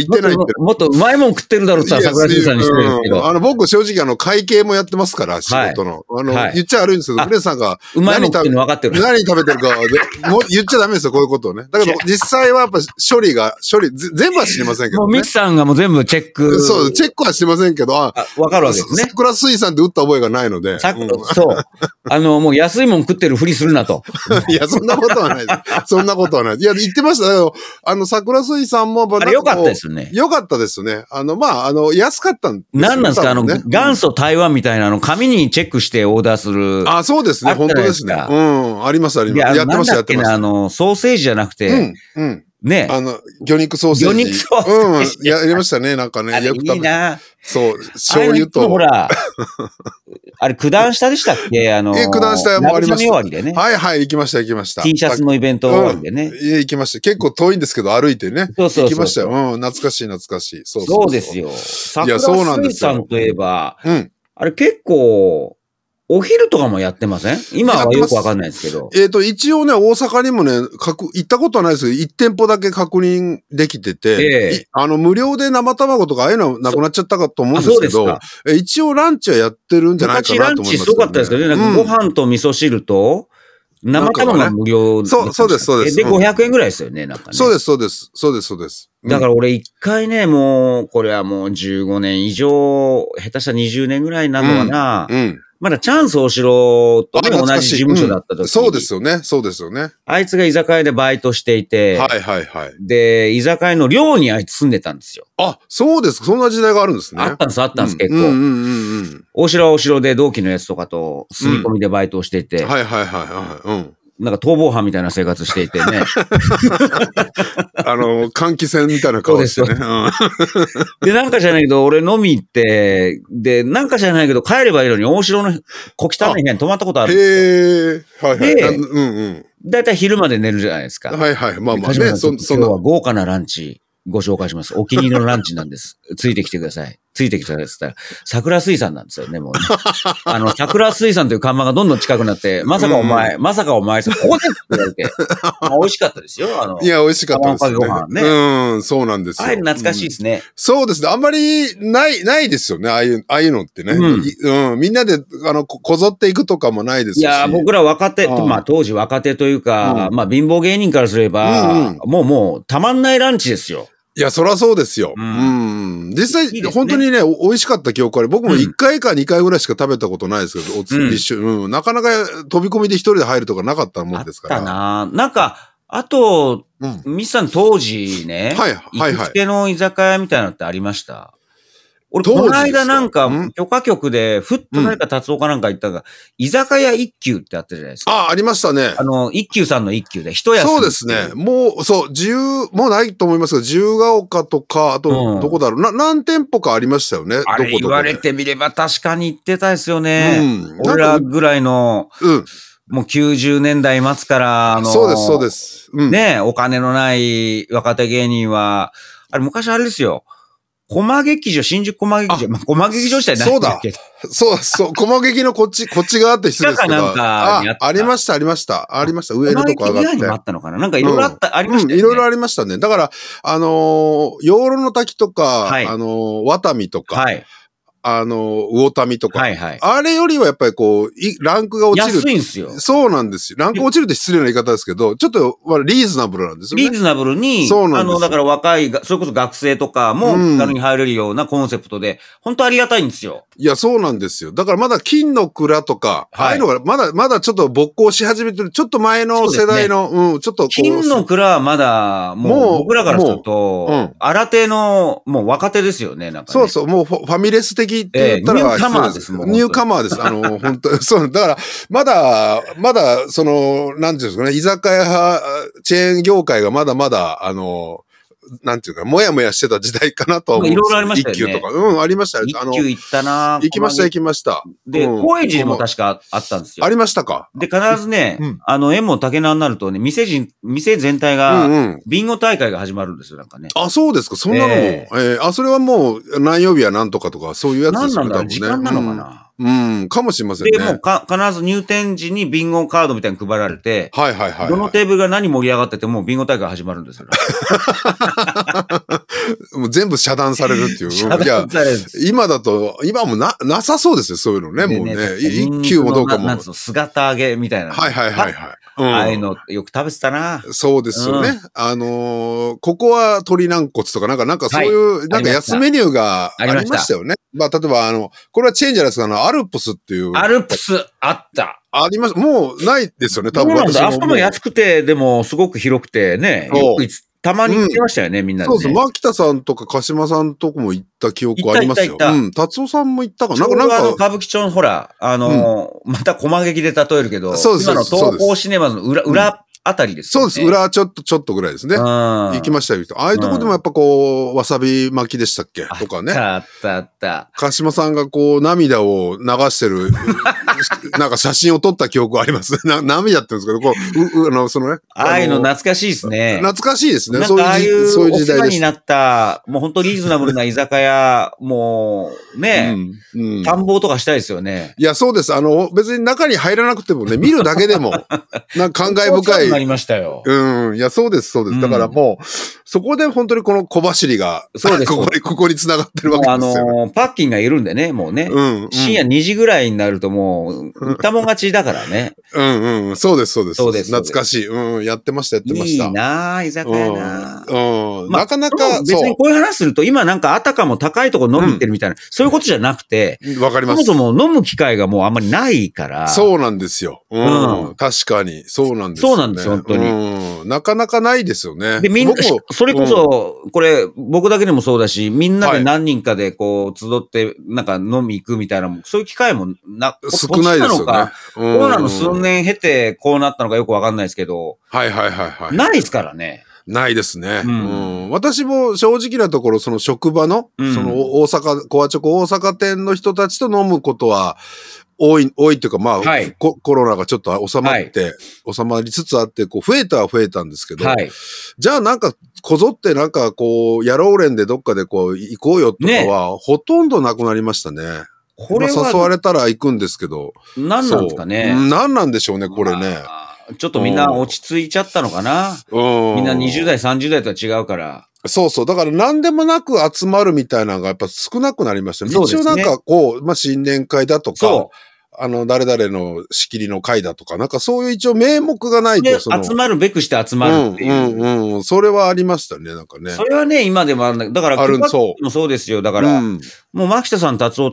Speaker 1: 行ってない
Speaker 2: もっとうまいもん食ってるだろうって桜井水産にしてるんですけど。
Speaker 1: あの、僕正直あの、会計もやってますから、仕事の。あの、言っちゃ悪いんですけど、皆さんが。
Speaker 2: うまいもん食ってるの分かってる。
Speaker 1: 何食べてるか、もう言っちゃダメですよ、こういうことをね。だけど、実際はやっぱ処理が、処理、全部は知りませんけど。
Speaker 2: もうミキさんがもう全部チェック。
Speaker 1: そう、チェックはしてませんけど、あ、
Speaker 2: わかるわけですね。
Speaker 1: 桜水産で打った覚えがないので。
Speaker 2: そう。あの、もう安いもん食ってるふりするなと。
Speaker 1: いや、そんなことはない。そんなことはない。いや、言ってましたけど、あの、桜水産も、
Speaker 2: あれ良かったですね。
Speaker 1: 良かったですね。あの、まあ、あの、安かったんです
Speaker 2: なんなんですか、あの、元祖台湾みたいなの、紙にチェックしてオーダーする。
Speaker 1: あ、そうですね。本当ですね。うん。あります、あります。やってました、やってました。
Speaker 2: あの、ソーセージじゃなくて、
Speaker 1: うん。
Speaker 2: ね
Speaker 1: あの、魚肉ソーセージ。
Speaker 2: 魚肉ソーセージ。
Speaker 1: うん。やりましたね、なんかね。
Speaker 2: よく食べ
Speaker 1: そう、醤油と。
Speaker 2: ほら、 あれ、九段下でしたっけあの、
Speaker 1: え、九段下もありました。
Speaker 2: 終わりでね。
Speaker 1: はいはい、行きました、行きました。
Speaker 2: T シャツのイベント終わりでね。
Speaker 1: え、行きました。結構遠いんですけど、歩いてね。
Speaker 2: そうそう
Speaker 1: 行きましたよ。うん、懐かしい、懐かしい。
Speaker 2: そうそうですよ。いや、そうなんですよ。さんといえば、うん。あれ、結構、お昼とかもやってません今はよくわかんないですけど。
Speaker 1: えっ、と、一応ね、大阪にもね、かく、行ったことはないですけど、1店舗だけ確認できてて、えー、あの、無料で生卵とかああいうのはなくなっちゃったかと思うんですけど、え一応ランチはやってるんじゃないかなと思います、ね、昔ランチ
Speaker 2: すごかったですけどね、なんかご飯と味噌汁と、生卵が無料、
Speaker 1: ね、そう、そうです、そうです。
Speaker 2: で、500円ぐらいですよね、なんかね。
Speaker 1: そうです、そうです、そうです、そうです。
Speaker 2: だから俺一回ね、もう、これはもう15年以上、下手した20年ぐらいなのかな、うん、うんまだチャンス大城と、ね、同じ事務所だった時、うん、
Speaker 1: そうですよね。そうですよね。
Speaker 2: あいつが居酒屋でバイトしていて。
Speaker 1: はいはいはい。
Speaker 2: で、居酒屋の寮にあいつ住んでたんですよ。
Speaker 1: あ、そうですか。そんな時代があるんですね。
Speaker 2: あったんです、あったんです、結構。うんうんうんうん。大城は大城で同期のやつとかと住み込みでバイトをしていて。
Speaker 1: うん、はいはいはいはい。うん。
Speaker 2: なんか逃亡犯みたいな生活していてね。
Speaker 1: あの、換気扇みたいな顔して、ね。
Speaker 2: そうですよ。で、なんかじゃないけど、俺飲み行って、で、なんかじゃないけど、帰ればいいのに、大城の小汚い部屋に泊まったことあるん
Speaker 1: ですよ。へはいはい。うんうん。
Speaker 2: だいたい昼まで寝るじゃないですか。
Speaker 1: はいはい。まあまあ
Speaker 2: ね、そそ今日は豪華なランチご紹介します。お気に入りのランチなんです。 ついてきてください。ついてきてくださいって言ったら、桜水産なんですよね、もう、ね、 あの、桜水産という看板がどんどん近くなって、まさかお前、うん、まさかお前、ここでって言われて、 まあ、美味しかったですよ、あの。
Speaker 1: いや、美味しかったです、ね。
Speaker 2: ご飯ね。
Speaker 1: うん、そうなんです
Speaker 2: よ。ああいう懐かしいですね、うん、
Speaker 1: そうですね。あんまり、ない、ないですよね、ああいう、ああいうのってね。うん、うん、みんなで、あの、こぞっていくとかもないですし。い
Speaker 2: や、僕ら若手、まあ当時若手というか、まあ貧乏芸人からすれば、うんうん、もうもう、たまんないランチですよ。
Speaker 1: いや、そらそうですよ。うん。実際、いいね、本当にね、美味しかった記憶ある。僕も1回か2回ぐらいしか食べたことないですけど、おつ、うん、一瞬、うん。なかなか飛び込みで一人で入るとかなかったもんですから。
Speaker 2: あったななんか、あと、うん、ミスさん当時ね、
Speaker 1: はい、はい、はい。
Speaker 2: 行きの居酒屋みたいなのってありました俺、この間なんか、許可局で、ふっと誰か達夫かなんか行ったが、居酒屋一休ってあったじゃないですか。
Speaker 1: あ、ありましたね。
Speaker 2: あの、一休さんの一休で、一休
Speaker 1: そうですね。もう、そう、自由、もうないと思いますけど、自由が丘とか、あと、どこだろう、な、何店舗かありましたよね。
Speaker 2: あれ言われてみれば確かに行ってたですよね。うん。俺らぐらいの、うん。もう90年代末から、あの、
Speaker 1: そうです、そうです。
Speaker 2: うん、ねお金のない若手芸人は、あれ昔あれですよ。駒劇場、新宿駒劇場、まあ、駒劇場自体ない
Speaker 1: んだけど。そうだ。そう、そう、駒劇のこっ ち、こっち側って人ですけど。
Speaker 2: なんか
Speaker 1: あ、ありました、ありました。ありました。上のとこ上がって。
Speaker 2: にもあったのかななんかいろいろあった、ありました
Speaker 1: いろいろありましたね。だから、あの養老の滝とか、あのワタミとか、はい、あの魚民とか、
Speaker 2: はいはい、
Speaker 1: あれよりはやっぱりこう、ランクが落ちる。
Speaker 2: 安いんですよ。
Speaker 1: そうなんですよ。ランク落ちるって失礼な言い方ですけど、ちょっとリーズナブルなんですよね。
Speaker 2: リーズナブルに、そうなんですあの、だから若い、それこそ学生とかも気軽に入れるようなコンセプトで、本当ありがたいんですよ。
Speaker 1: いや、そうなんですよ。だからまだ金の蔵とか、ああいうのがまだ、まだちょっと勃興し始めてる、ちょっと前の世代の、うん、ちょっと
Speaker 2: 金の蔵はまだ、もう僕らからすると、うん、新手の、もう若手ですよね、なんか、
Speaker 1: そうそう、もうファミレス的って言ったら、
Speaker 2: ニューカマーですもん。
Speaker 1: ニューカマーです。あ の、本当そう、だから、まだ、まだ、その、なんていうんですかね、居酒屋、チェーン業界がまだまだ、あの、なんていうか、もやもやしてた時代かなとは思う。
Speaker 2: まあいろいろありましたよ
Speaker 1: 一
Speaker 2: ね
Speaker 1: 級とか。うん、ありましたよ。
Speaker 2: 一
Speaker 1: あの、
Speaker 2: 級行ったな
Speaker 1: 行きました、行きました。
Speaker 2: で、
Speaker 1: うん
Speaker 2: 高円寺にも確かあったんですよ
Speaker 1: あ。りましたか。
Speaker 2: で、必ずね、
Speaker 1: うん
Speaker 2: あの、縁も竹菜になるとね、店人、店全体
Speaker 1: う
Speaker 2: が、
Speaker 1: んうん。
Speaker 2: ビンゴ大会が始まるんですよ、なんかね。
Speaker 1: あ、そうですか。そんなのも。
Speaker 2: え
Speaker 1: えーあ、それはもう、何曜日は何とかとか、そういうやつで
Speaker 2: 何
Speaker 1: す
Speaker 2: な
Speaker 1: よ
Speaker 2: ん
Speaker 1: ね。
Speaker 2: だ
Speaker 1: 多
Speaker 2: ろう、
Speaker 1: 分ね
Speaker 2: 時間なのかな、
Speaker 1: うん、うんかもしれません
Speaker 2: で、
Speaker 1: ね。
Speaker 2: もうか、必ず入店時にビンゴカードみたいに配られて、
Speaker 1: はいはいはい、
Speaker 2: どの
Speaker 1: は
Speaker 2: テーブルが何盛り上がってても、ビンゴ大会始まるんですよ。
Speaker 1: い。もう全部遮断されるっていう。
Speaker 2: 遮断
Speaker 1: いや、
Speaker 2: されるんです
Speaker 1: 今だと、今もな、なさそうですよ、そういうのね、もう
Speaker 2: で
Speaker 1: ね。い一級もどうか
Speaker 2: ニンニクのな
Speaker 1: も。
Speaker 2: なんつうの、姿揚げみたいな。
Speaker 1: はいはいはいはい。うん
Speaker 2: ああいうの、よく食べてたな。
Speaker 1: そうですよね。
Speaker 2: う
Speaker 1: あのーここは鶏軟骨とか、なんか、なんかそういう、なんか
Speaker 2: ありました
Speaker 1: 安メニューがあ
Speaker 2: ありました
Speaker 1: りましたよね。まあ、例えば、あの、これはチェンジじゃないですか、あの、アルプスっていう。
Speaker 2: アルプス、あった。
Speaker 1: あります。もうないですよね、多分
Speaker 2: そうな
Speaker 1: 私
Speaker 2: んだ。あそこも
Speaker 1: う
Speaker 2: 安くて、でも、すごく広くてね、
Speaker 1: そう
Speaker 2: よくいつたまに行ってましたよね、みんなで、
Speaker 1: そ
Speaker 2: ね。
Speaker 1: うです。牧田さんとか鹿島さんとこも行った記憶あります
Speaker 2: 行
Speaker 1: よ
Speaker 2: っ。た行った
Speaker 1: うん。達夫さんも行ったかな。
Speaker 2: ちょう
Speaker 1: な
Speaker 2: ど
Speaker 1: ん
Speaker 2: あの
Speaker 1: か、なんか、
Speaker 2: 歌舞伎町のほら、あのーまた駒劇で例えるけど、
Speaker 1: そうです
Speaker 2: 今の
Speaker 1: そうです
Speaker 2: 東宝シネマズの裏、
Speaker 1: ん
Speaker 2: 裏あたりです
Speaker 1: そう
Speaker 2: よね。
Speaker 1: です。裏ちょっと、ちょっとぐらいですね。
Speaker 2: 行
Speaker 1: 行きましたよ。ああいうとこでもやっぱこう、わさび巻きでしたっけとかね。
Speaker 2: あったあったあった。
Speaker 1: 鹿島さんがこう涙を 流してる、なんか写真を撮った記憶がありますね。な涙って言うんですけど、こう、ううあの、そのね。
Speaker 2: ああいうの
Speaker 1: の
Speaker 2: 懐かしいですね。
Speaker 1: 懐かしいですね。
Speaker 2: なん
Speaker 1: そう
Speaker 2: かああい
Speaker 1: いう
Speaker 2: う
Speaker 1: 時、そういう
Speaker 2: お
Speaker 1: 時
Speaker 2: 世
Speaker 1: 代
Speaker 2: 話
Speaker 1: で
Speaker 2: に
Speaker 1: す。
Speaker 2: なった、もう本当リーズナブルな居酒屋、もうね、
Speaker 1: うんうん
Speaker 2: 探訪とかしたいですよね。
Speaker 1: いや、そうです。あの、別に中に入らなくてもね、見るだけで も、なんか感慨
Speaker 2: お世話にな
Speaker 1: 深い。
Speaker 2: りましたよ。
Speaker 1: うん。いや、そうです、そうで
Speaker 2: うん
Speaker 1: す。だからもう、そこで本当にこの小走りが、
Speaker 2: そう です
Speaker 1: ここに、ここに繋がってるわ
Speaker 2: もう
Speaker 1: け
Speaker 2: あ
Speaker 1: ですよ。
Speaker 2: のーパッキンがいるんでね、もうね。
Speaker 1: うん。うん
Speaker 2: 深夜2時ぐらいになるとも う、歌もん勝ちだからね。
Speaker 1: うんうん。そうです、そうです。
Speaker 2: そうですそうです
Speaker 1: 懐かしい。うんうん。やってました、やってま
Speaker 2: い
Speaker 1: した
Speaker 2: い。なあ居酒屋なあ
Speaker 1: うんうん
Speaker 2: まあ
Speaker 1: なかな
Speaker 2: で
Speaker 1: か、
Speaker 2: も別に
Speaker 1: そ
Speaker 2: こういう話すると、今なんかあたかも高いとこ飲み行ってるみたいな、そういうことじゃなくて、
Speaker 1: う。わかり
Speaker 2: そ
Speaker 1: ま
Speaker 2: も
Speaker 1: す。
Speaker 2: そも飲む機会がもうあんまりないから、
Speaker 1: そうなんですよ。うん。
Speaker 2: うん
Speaker 1: 確かに。そうなんですよ、ね。
Speaker 2: そうなんですよ本当に
Speaker 1: うん。なかなかないですよね。
Speaker 2: で、みんな
Speaker 1: 僕も、
Speaker 2: それこそ、これ、僕だけでもそうだし、みんなで何人かでこう、集って、なんか飲み行くみたいなもん、そういう機会もな、
Speaker 1: 少ないですよ
Speaker 2: こっちなの
Speaker 1: ね
Speaker 2: か。
Speaker 1: コ
Speaker 2: コロナの数年経てこうなったのかよくわかんないですけど、
Speaker 1: はいはいはいはい。
Speaker 2: ないですからね。
Speaker 1: ないですね、
Speaker 2: う
Speaker 1: うんん私も正直なところ、その職場の、
Speaker 2: うん
Speaker 1: その大阪、コアチョコ大阪店の人たちと飲むことは多い、多いっていうか、まあ、
Speaker 2: はい
Speaker 1: ココロナがちょっと収まって、収まりつつあって、こう、増えたは増えたんですけど、
Speaker 2: はい。
Speaker 1: じゃあなんか、こぞってなんかこう、やろう連でどっかでこう、行こうよとかは、ほとんどなくなりましたね。
Speaker 2: これ
Speaker 1: まあ誘わ
Speaker 2: は、
Speaker 1: れたら行くんですけど。
Speaker 2: 何なんですかね
Speaker 1: そう。うん何なんでしょうね、これね。
Speaker 2: まあ。ちょっとみんな落ち着いちゃったのかな。
Speaker 1: うん。
Speaker 2: みんな20代、30代とは違うから。
Speaker 1: そうそう。だから何でもなく集まるみたいなのがやっぱ少なくなりましたね。
Speaker 2: そうです
Speaker 1: 一
Speaker 2: ね
Speaker 1: 応なんかこう、まあ、新年会だとか
Speaker 2: そ、
Speaker 1: あの、誰々の仕切りの会だとか、なんかそういう一応名目がな
Speaker 2: う。
Speaker 1: い
Speaker 2: で、
Speaker 1: と、その。
Speaker 2: 集まるべくして集まるっていう。
Speaker 1: うんうんうん。それはありましたね、なんかね。
Speaker 2: それはね、今でもあるんだけど、だから、
Speaker 1: ある
Speaker 2: クラッキー
Speaker 1: そう
Speaker 2: もそうですよ。だから、
Speaker 1: うん
Speaker 2: もう、牧田さん、達夫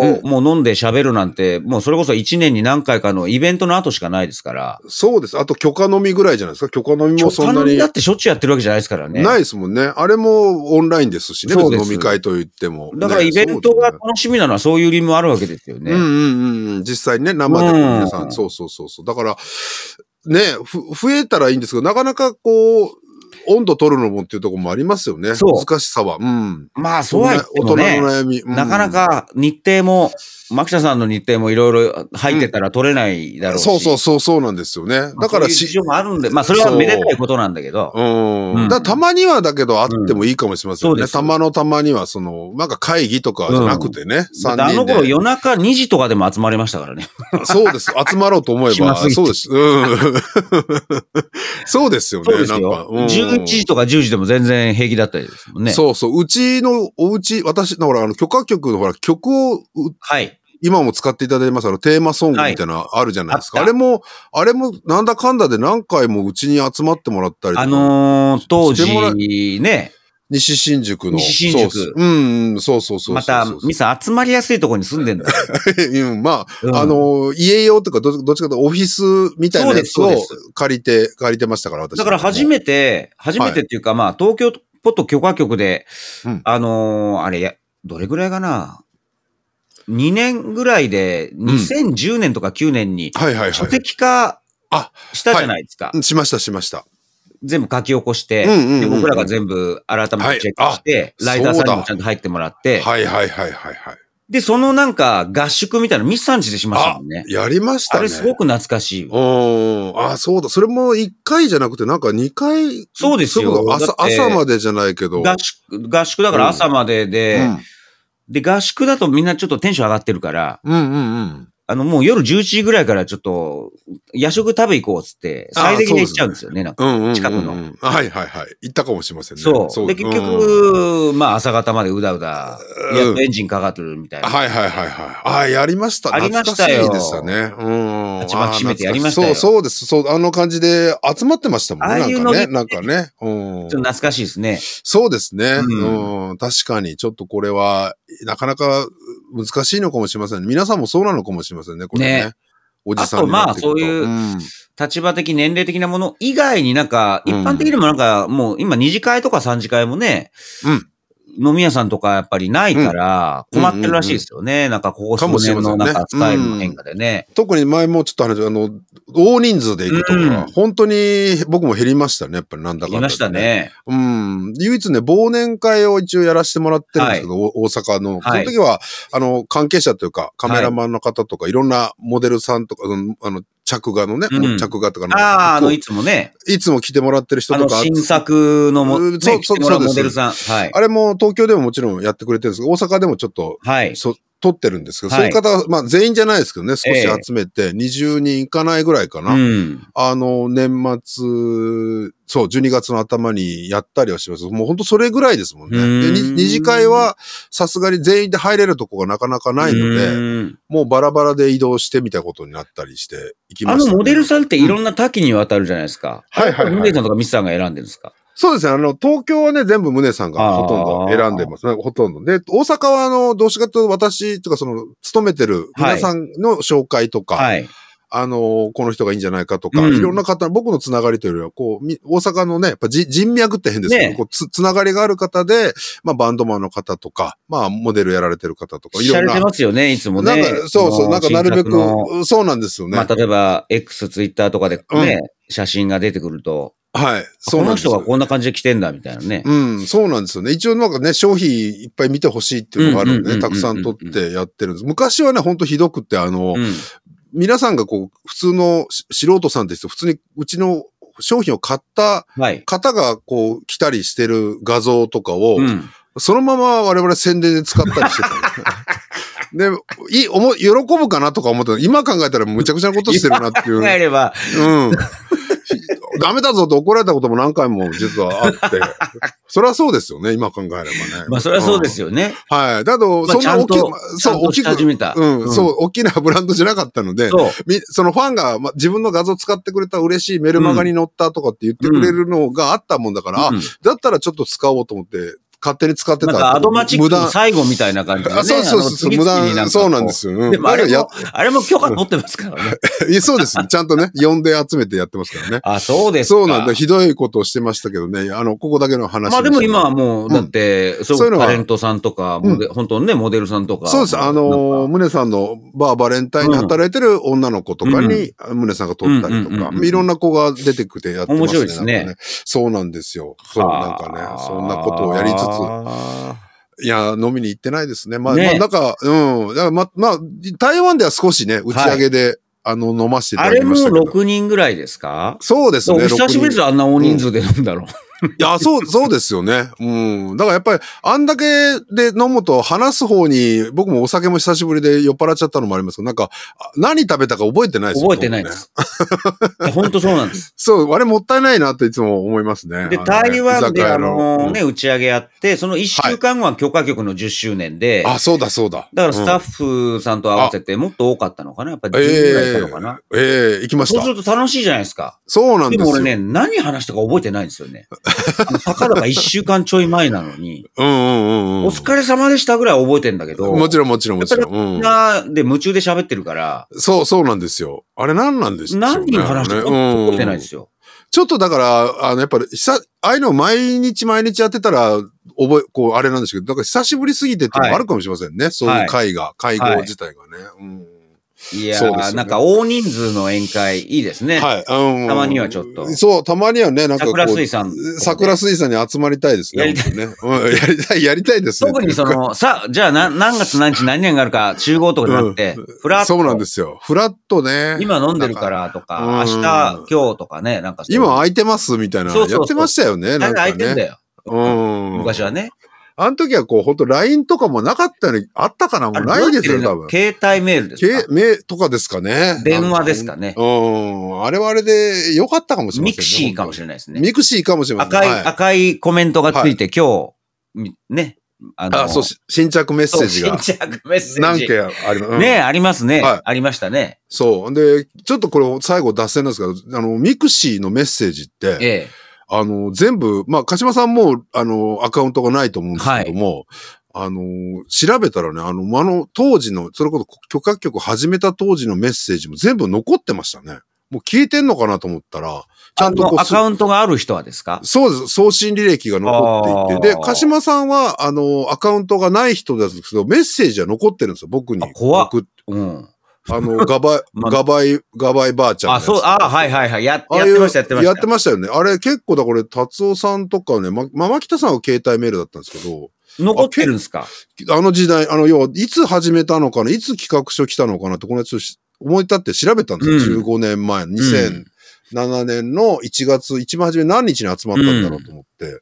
Speaker 2: と、
Speaker 1: う
Speaker 2: もう飲んで喋るなんて、もうそれこそ1年に何回かのイベントの後しかないですから。
Speaker 1: そうです。あと許可飲みぐらいじゃないですか。許可飲みもそんな
Speaker 2: 他の
Speaker 1: に
Speaker 2: だ。ってしょっちゅうやってるわけじゃないですからね。
Speaker 1: ないですもんね。あれもオンラインですしね。
Speaker 2: そう
Speaker 1: 別
Speaker 2: です
Speaker 1: に飲み会と言ってもね、
Speaker 2: だから、イベント
Speaker 1: そ
Speaker 2: が
Speaker 1: うですね
Speaker 2: 楽しみなのはそういう理由もあるわけですよね。
Speaker 1: うんうんうん。実際にね、生で
Speaker 2: うん
Speaker 1: 皆さん、そうそうそうそう。だから、ね、ふ、増えたらいいんですけど、なかなかこう、温度取るのもっていうところもありますよね。
Speaker 2: そう
Speaker 1: 難しさは。うん。
Speaker 2: まあ、そうは言っても
Speaker 1: 大
Speaker 2: ね
Speaker 1: 人の悩み。うん
Speaker 2: なかな、か日程も、牧田さんの日程もいろいろ入ってたら取れないだろうし。
Speaker 1: そうそうそうそうなんですよね。
Speaker 2: まあ
Speaker 1: だから
Speaker 2: そういう事
Speaker 1: し、
Speaker 2: 情もあるんで、まあ、それはめでたいことなんだけど。
Speaker 1: うん。
Speaker 2: う
Speaker 1: だ
Speaker 2: ん
Speaker 1: からたまにはだけどあってもいいかもしれません
Speaker 2: うんそう
Speaker 1: ね。
Speaker 2: です
Speaker 1: たまのたまには、その、なんか会議とかじゃなくてね。
Speaker 2: だ
Speaker 1: 三
Speaker 2: ってあの
Speaker 1: 人で
Speaker 2: 頃夜中2時とかでも集まりましたからね。
Speaker 1: そうです。集まろうと思え
Speaker 2: 暇
Speaker 1: ば。
Speaker 2: すぎて
Speaker 1: そうです。うん。 そうですよね。
Speaker 2: そうです
Speaker 1: なん
Speaker 2: よ
Speaker 1: か。。うん
Speaker 2: 11時とか10時でも全然平気だったりですもんね。
Speaker 1: そうそう。うちのおうち、私、ほら、あの、許可局のほら、曲をう、
Speaker 2: はい。
Speaker 1: 今も使っていただいてます、あの、テーマソングみたいな、あるじゃないですか。
Speaker 2: あ
Speaker 1: あ
Speaker 2: っ
Speaker 1: れも、あれも、なんだかんだで何回もうちに集まってもらったりとか
Speaker 2: あのー当
Speaker 1: してもら
Speaker 2: 時ね、
Speaker 1: 西新宿の。
Speaker 2: 西新
Speaker 1: そ
Speaker 2: 宿
Speaker 1: うそううん、うんそうそうそうそう。
Speaker 2: また、ミさん集まりやすいところに住んで んだよ。
Speaker 1: うん、まあ、
Speaker 2: うん
Speaker 1: あのー、家用とかど、どっちかというとオフィスみたいなやつ
Speaker 2: そう
Speaker 1: を
Speaker 2: ですそうで
Speaker 1: 借りて、借りてましたから、私。
Speaker 2: だから初めて、初めてっていうか、まあ、東京ポット許可局で、
Speaker 1: うん
Speaker 2: あのーあれや、どれぐらいかな ?2 年ぐらいで、2010年とか9年に、
Speaker 1: はいはい
Speaker 2: 書
Speaker 1: は
Speaker 2: 籍化
Speaker 1: あ
Speaker 2: したじゃないですか。
Speaker 1: い。しました、しました。
Speaker 2: 全部書き起こして、
Speaker 1: うんうんうんうん
Speaker 2: で僕らが全部改めてチェックして、
Speaker 1: はいあ
Speaker 2: ライダーさ
Speaker 1: そ
Speaker 2: んに
Speaker 1: う
Speaker 2: も
Speaker 1: だ
Speaker 2: ちゃんと入ってもらって、
Speaker 1: はいはいはいはいはい。
Speaker 2: で、そのなんか合宿みたいなのミスサンチでしました
Speaker 1: あ
Speaker 2: もんね、。
Speaker 1: やりました
Speaker 2: あ
Speaker 1: ね。
Speaker 2: れすごく懐かし
Speaker 1: う
Speaker 2: い。
Speaker 1: ん。あ、そうだ。それも1回じゃなくて、なんか2回。
Speaker 2: そうですよ
Speaker 1: そうか朝、
Speaker 2: だって
Speaker 1: 朝までじゃないけど。
Speaker 2: 合宿、合宿だから朝までで、で、合宿だとみんなちょっとテンション上がってるから、
Speaker 1: うん、うん、うんうん。
Speaker 2: あの、もう夜11時ぐらいからちょっと、夜食食べ行こうっつって、
Speaker 1: あー
Speaker 2: 最適で行っちゃうんですよね、なんか。
Speaker 1: うんうんうんうん
Speaker 2: 近くの
Speaker 1: はいはいはい。行ったかもしれませんね。
Speaker 2: そう。で、結
Speaker 1: うん
Speaker 2: 局、まあ、朝方までうだうだ、
Speaker 1: うん
Speaker 2: やっとエンジンかかってるみたいな。
Speaker 1: はいはいはいはい。ああ、やりました。
Speaker 2: ありましたよ
Speaker 1: 懐かしいでしたね。うん。
Speaker 2: 鉢巻き締めてやりましたよ
Speaker 1: あー懐かしいそう、そうです。そう、あの感じで集まってましたもんね。
Speaker 2: ああいう
Speaker 1: なんか
Speaker 2: のね
Speaker 1: ね。なんかね。うん
Speaker 2: ちょっと懐かしいですね。
Speaker 1: そうですね。
Speaker 2: う
Speaker 1: うん。確かに、ちょっとこれは、なかなか難しいのかもしれません。皆さんもそうなのかもしれませんね、これね。
Speaker 2: ね
Speaker 1: おじさんになってくると
Speaker 2: あとまあそういう
Speaker 1: うん
Speaker 2: 立場的、年齢的なもの以外になんか、
Speaker 1: う
Speaker 2: 一
Speaker 1: ん
Speaker 2: 般的にもなんか、もう今二次会とか三次会もね、
Speaker 1: うん
Speaker 2: 飲み屋さんとかやっぱりないから、
Speaker 1: うん
Speaker 2: 困ってるらしいですよね。なんか、ここ数
Speaker 1: かもしれ
Speaker 2: 年
Speaker 1: ませ
Speaker 2: の
Speaker 1: んね
Speaker 2: なんか、スタイルの変化でね。
Speaker 1: 特に前もちょっと話したあの、大人数で行くとか、
Speaker 2: うん
Speaker 1: 本当に僕も減りましたね、やっぱりなんだ
Speaker 2: あ
Speaker 1: か
Speaker 2: り
Speaker 1: んだで
Speaker 2: ました。ね。
Speaker 1: うん。唯一ね、忘年会を一応やらせてもらってるんですけど、お大阪の。そ
Speaker 2: はい
Speaker 1: の時は、あの、関係者というか、カメラマンの方とか、い、ろんなモデルさんとか、うんあの、着画のね、
Speaker 2: うん
Speaker 1: 着画とかの
Speaker 2: ああ、あの、
Speaker 1: い
Speaker 2: い、つもね、
Speaker 1: つも来てもらってる人
Speaker 2: あ
Speaker 1: と
Speaker 2: の、
Speaker 1: か、
Speaker 2: 新作のも、
Speaker 1: う
Speaker 2: ね、
Speaker 1: んそうそう
Speaker 2: 来てもらう
Speaker 1: そうです
Speaker 2: モデルさん。はい。
Speaker 1: あれも東京でももちろんやってくれてるんですけど、大阪でもちょっと、
Speaker 2: はい。
Speaker 1: そ撮ってるんですけど、
Speaker 2: はい
Speaker 1: そういう方は、まあ全員じゃないですけどね、少
Speaker 2: え
Speaker 1: し
Speaker 2: え
Speaker 1: 集めて、20人いかないぐらいかな。
Speaker 2: うん。
Speaker 1: あの、年末、そう、12月の頭にやったりはします。もう本当それぐらいですもんね。
Speaker 2: うー
Speaker 1: で、
Speaker 2: ん
Speaker 1: に二次会は、さすがに全員で入れるとこがなかなかないので、
Speaker 2: うん
Speaker 1: もうバラバラで移動してみたいなことになったりしていきま
Speaker 2: あ
Speaker 1: した、
Speaker 2: の、モデル
Speaker 1: ん
Speaker 2: さんっていろんな多岐にわたるじゃないですか。
Speaker 1: はいはいはい
Speaker 2: ムネさんとかミスさんが選んでるんですか
Speaker 1: そうですね。あの、東京はね、全部宗さんがほとんど選んでますね。ほとんど。で、大阪はあの、どうしかというと私とかその、勤めてる皆さんの紹介とか、
Speaker 2: はい。
Speaker 1: あの、この人がいいんじゃないかとか、
Speaker 2: うん
Speaker 1: いろんな方、僕のつながりというよりは、こうみ、大阪のね、やっぱじ人脈って変ですけど、
Speaker 2: ね
Speaker 1: こうつ、つながりがある方で、まあ、バンドマンの方とか、まあ、モデルやられてる方とか、い
Speaker 2: しゃ
Speaker 1: ろん
Speaker 2: れ
Speaker 1: な。
Speaker 2: てますよね、いつも
Speaker 1: なん
Speaker 2: ね。
Speaker 1: か、そうそう、なんかなるべ
Speaker 2: 新作の
Speaker 1: く、そうなんですよね。
Speaker 2: まあ、例えば、X、ツイッターとかでね、写真が出てくると、
Speaker 1: はい。そ
Speaker 2: こ
Speaker 1: うな
Speaker 2: の
Speaker 1: んです
Speaker 2: 人
Speaker 1: よ
Speaker 2: がこんな感じで来てんだ、みたいなね。
Speaker 1: うん、そうなんですよね。一応なんかね、商品いっぱい見てほしいっていうのがあるんで
Speaker 2: うんうんうんうんうん
Speaker 1: ね、たくさん撮ってやってるんです。昔はね、ほんとひどくって、あの、
Speaker 2: うん。
Speaker 1: 皆さんがこう、普通のし素人さんですと、普通にうちの商品を買った
Speaker 2: はい。
Speaker 1: 方がこう来たりしてる画像とかを、
Speaker 2: うん。
Speaker 1: そのまま我々宣伝で使ったり してた。で、いい、おも、喜ぶかなとか思ってた今考えたらむちゃくちゃなことしてるなっていう。
Speaker 2: 考えれば、
Speaker 1: うん。 ダメだぞって怒られたことも何回も実はあ って。それはそうですよね、今考えればね。
Speaker 2: まあ、それはそうですよね。
Speaker 1: うん。はい。だと、
Speaker 2: まあ
Speaker 1: そんな大き
Speaker 2: ち
Speaker 1: い
Speaker 2: ゃんと、
Speaker 1: そう、
Speaker 2: ちゃん
Speaker 1: 大
Speaker 2: と
Speaker 1: き
Speaker 2: し始
Speaker 1: く、
Speaker 2: めた。。
Speaker 1: うん、そうう、大きなブランドじゃなかったので、
Speaker 2: そう。
Speaker 1: みそのファンが、ま、自分の画像使ってくれた嬉しいメルマガに載ったとかって言ってくれるのがあったもんだから、
Speaker 2: うん
Speaker 1: だったらちょっと使おうと思って、勝手に使ってた。
Speaker 2: なんかアドマチッ
Speaker 1: 無
Speaker 2: クの
Speaker 1: 断。
Speaker 2: 最後みたいな感じで、ね。。
Speaker 1: あそうそうそう、無断、そうなんですすよ。うん
Speaker 2: でもあれ
Speaker 1: だ
Speaker 2: も、あれも許可取ってますから ね。
Speaker 1: からやそうです。ちゃんとね、呼んで集めてやってますからね。
Speaker 2: あ、そうですか。
Speaker 1: そうなんだ。ひどいことをしてましたけどね。あの、ここだけの話。
Speaker 2: まあでも今は、もう、
Speaker 1: うん
Speaker 2: だって、そう
Speaker 1: そういうのは
Speaker 2: タレントさんとか、モデ本当にね、モデルさんとか。
Speaker 1: そうです。あのー、ムネさんのバーバレンタインで働いてる女の子とかに、ムネさんが撮ったりと
Speaker 2: うんうん
Speaker 1: か
Speaker 2: うんう、ん
Speaker 1: いろんな子が出てくてやってますね。
Speaker 2: 面白いですね
Speaker 1: なんかそうなんですよ。そう、なんかね、そんなことをやりつつ、いや、飲みに行ってないですね。まあ、
Speaker 2: ね
Speaker 1: まあ、なんか、うん。だからま、まあ、台湾では少しね、打ち上げで、あの、飲ませてい
Speaker 2: あ
Speaker 1: ただ
Speaker 2: れ
Speaker 1: きま
Speaker 2: も
Speaker 1: したけど。
Speaker 2: 6人ぐらいですか
Speaker 1: そうです
Speaker 2: お
Speaker 1: ね。
Speaker 2: 久しぶりで
Speaker 1: 6
Speaker 2: すよ、あんな大人数で飲んだろ。
Speaker 1: 人いや、そう、そうですよね。うん。だからやっぱり、あんだけで飲むと話す方に、僕もお酒も久しぶりで酔っ払っちゃったのもありますけど、なんか、あ何食べたか覚えてないですよ
Speaker 2: 覚えてないで。
Speaker 1: 僕ね
Speaker 2: す。本当そうなん です。
Speaker 1: そう、あれもったいないなっていつも思いますね。
Speaker 2: で、
Speaker 1: あのね
Speaker 2: 台湾であ
Speaker 1: 居酒屋
Speaker 2: の
Speaker 1: うん
Speaker 2: ね、打ち上げやって、その1週間後は許可局の10周年で、
Speaker 1: あ、そうだそうだ。
Speaker 2: だからスタ
Speaker 1: ッ
Speaker 2: ッフさんと合わせてもっと多かったのかなやっぱり10人ぐらいいたのかな、
Speaker 1: ええ行きまし
Speaker 2: そう
Speaker 1: た
Speaker 2: す。ると楽しいじゃないですか。
Speaker 1: そうなん
Speaker 2: で
Speaker 1: です
Speaker 2: も
Speaker 1: よ。
Speaker 2: 俺ね、何話したか覚えてないんですよね。あのたかだか1週間ちょい前なのに、
Speaker 1: うんうん うんうん。
Speaker 2: お疲れ様でしたぐらいは覚えてんだけど、
Speaker 1: もちろんもちろんもちろん。
Speaker 2: み
Speaker 1: うんん
Speaker 2: なで夢中で喋ってるから、
Speaker 1: そう、そうなんですよ。あれ何なんです。
Speaker 2: 何人話したか覚えてないですすよ。
Speaker 1: ちょっとだから、あの、やっぱり、久、ああいうのを毎日毎日やってたら、覚え、こう、あれなんですけど、だから久しぶりすぎてっていうのもあるかもしれませんね。そういう会が、会合自体がね。うん
Speaker 2: いや
Speaker 1: そうですよ
Speaker 2: ー、
Speaker 1: ね
Speaker 2: なんか大人数の宴会、いいですね。
Speaker 1: はい。うん
Speaker 2: たまにはちょっと
Speaker 1: そう、たまにはね、なんかこ
Speaker 2: 桜水
Speaker 1: う、
Speaker 2: 産。
Speaker 1: 桜水産に集まりたいですね。
Speaker 2: やりた
Speaker 1: 本当にねうんやりたい、やりたいですね。
Speaker 2: 特にその、さ、じゃあ何何月何日何年があるか集合とかじゃなくて、フラッ
Speaker 1: そうなんで、
Speaker 2: と
Speaker 1: すよ。フラットね。
Speaker 2: 今飲んでるからと
Speaker 1: うん
Speaker 2: か、明日、今日とかね、なんかそう
Speaker 1: 今空いてますみたいな
Speaker 2: そうそう
Speaker 1: や
Speaker 2: そ
Speaker 1: っ
Speaker 2: う
Speaker 1: てましたよね。な
Speaker 2: 大体
Speaker 1: んか
Speaker 2: 空いてん
Speaker 1: ね。
Speaker 2: だよ。
Speaker 1: うん。
Speaker 2: 昔はね。
Speaker 1: あの時はこう、本当 LINE とかもなかったようにあったかなもうないですよ、多分。
Speaker 2: 携帯メールです
Speaker 1: け
Speaker 2: か
Speaker 1: 目とかですかね。
Speaker 2: 電話ですかね。
Speaker 1: うん。あれはあれで良かったかもしれませんね。
Speaker 2: ミクシーかもしれないです
Speaker 1: れ
Speaker 2: ね。
Speaker 1: ミクシーかもしれません。
Speaker 2: 赤い、
Speaker 1: はい
Speaker 2: 赤いコメントがついて、今日み、ね。あ
Speaker 1: あ、そう、し新着メッセージが
Speaker 2: そう新着メッセージ。
Speaker 1: 何件あります。うん
Speaker 2: ねえ、ありますね。
Speaker 1: はい
Speaker 2: ありましたね。
Speaker 1: そう。で、ちょっとこれ最後脱線なんですけど、あの、ミクシーのメッセージって、
Speaker 2: ええ。
Speaker 1: あの、全部、まあ、鹿島さんも、あの、アカウントがないと思うんですけども、あの、調べたらね、あの、あの、当時の、それこそ許可局始めた当時のメッセージも全部残ってましたね。もう消えてんのかなと思ったら、ちゃんとこ
Speaker 2: あの
Speaker 1: う
Speaker 2: ア
Speaker 1: す、
Speaker 2: カウントがある人はですか
Speaker 1: そうです。送信履歴が残っていて。で
Speaker 2: あ、ー
Speaker 1: 鹿島さんは、あの、アカウントがない人なんですけど、メッセージは残ってるんですよ、僕に
Speaker 2: あ。怖っ
Speaker 1: 送っ
Speaker 2: うん。
Speaker 1: あの、ガバイ、
Speaker 2: まあ
Speaker 1: ガバイ、ガバイばあちゃんの
Speaker 2: あ、
Speaker 1: やつ
Speaker 2: そう、あ、はいはいはい。や
Speaker 1: ああ
Speaker 2: やっ
Speaker 1: いう
Speaker 2: てました、やってました。
Speaker 1: やってましたよね。あれ結構だ、これ、達夫さんとかね、ま、ままきたさんは携帯メールだったんですけど、
Speaker 2: 残ってるんですか
Speaker 1: あの時代、あの、要は、いつ始めたのかな、いつ企画書来たのかなって、このちょっとし思い立って調べたんですよ。
Speaker 2: うん
Speaker 1: 15年前、2007年の1月、一番初め何日に集まったんだろうと思って、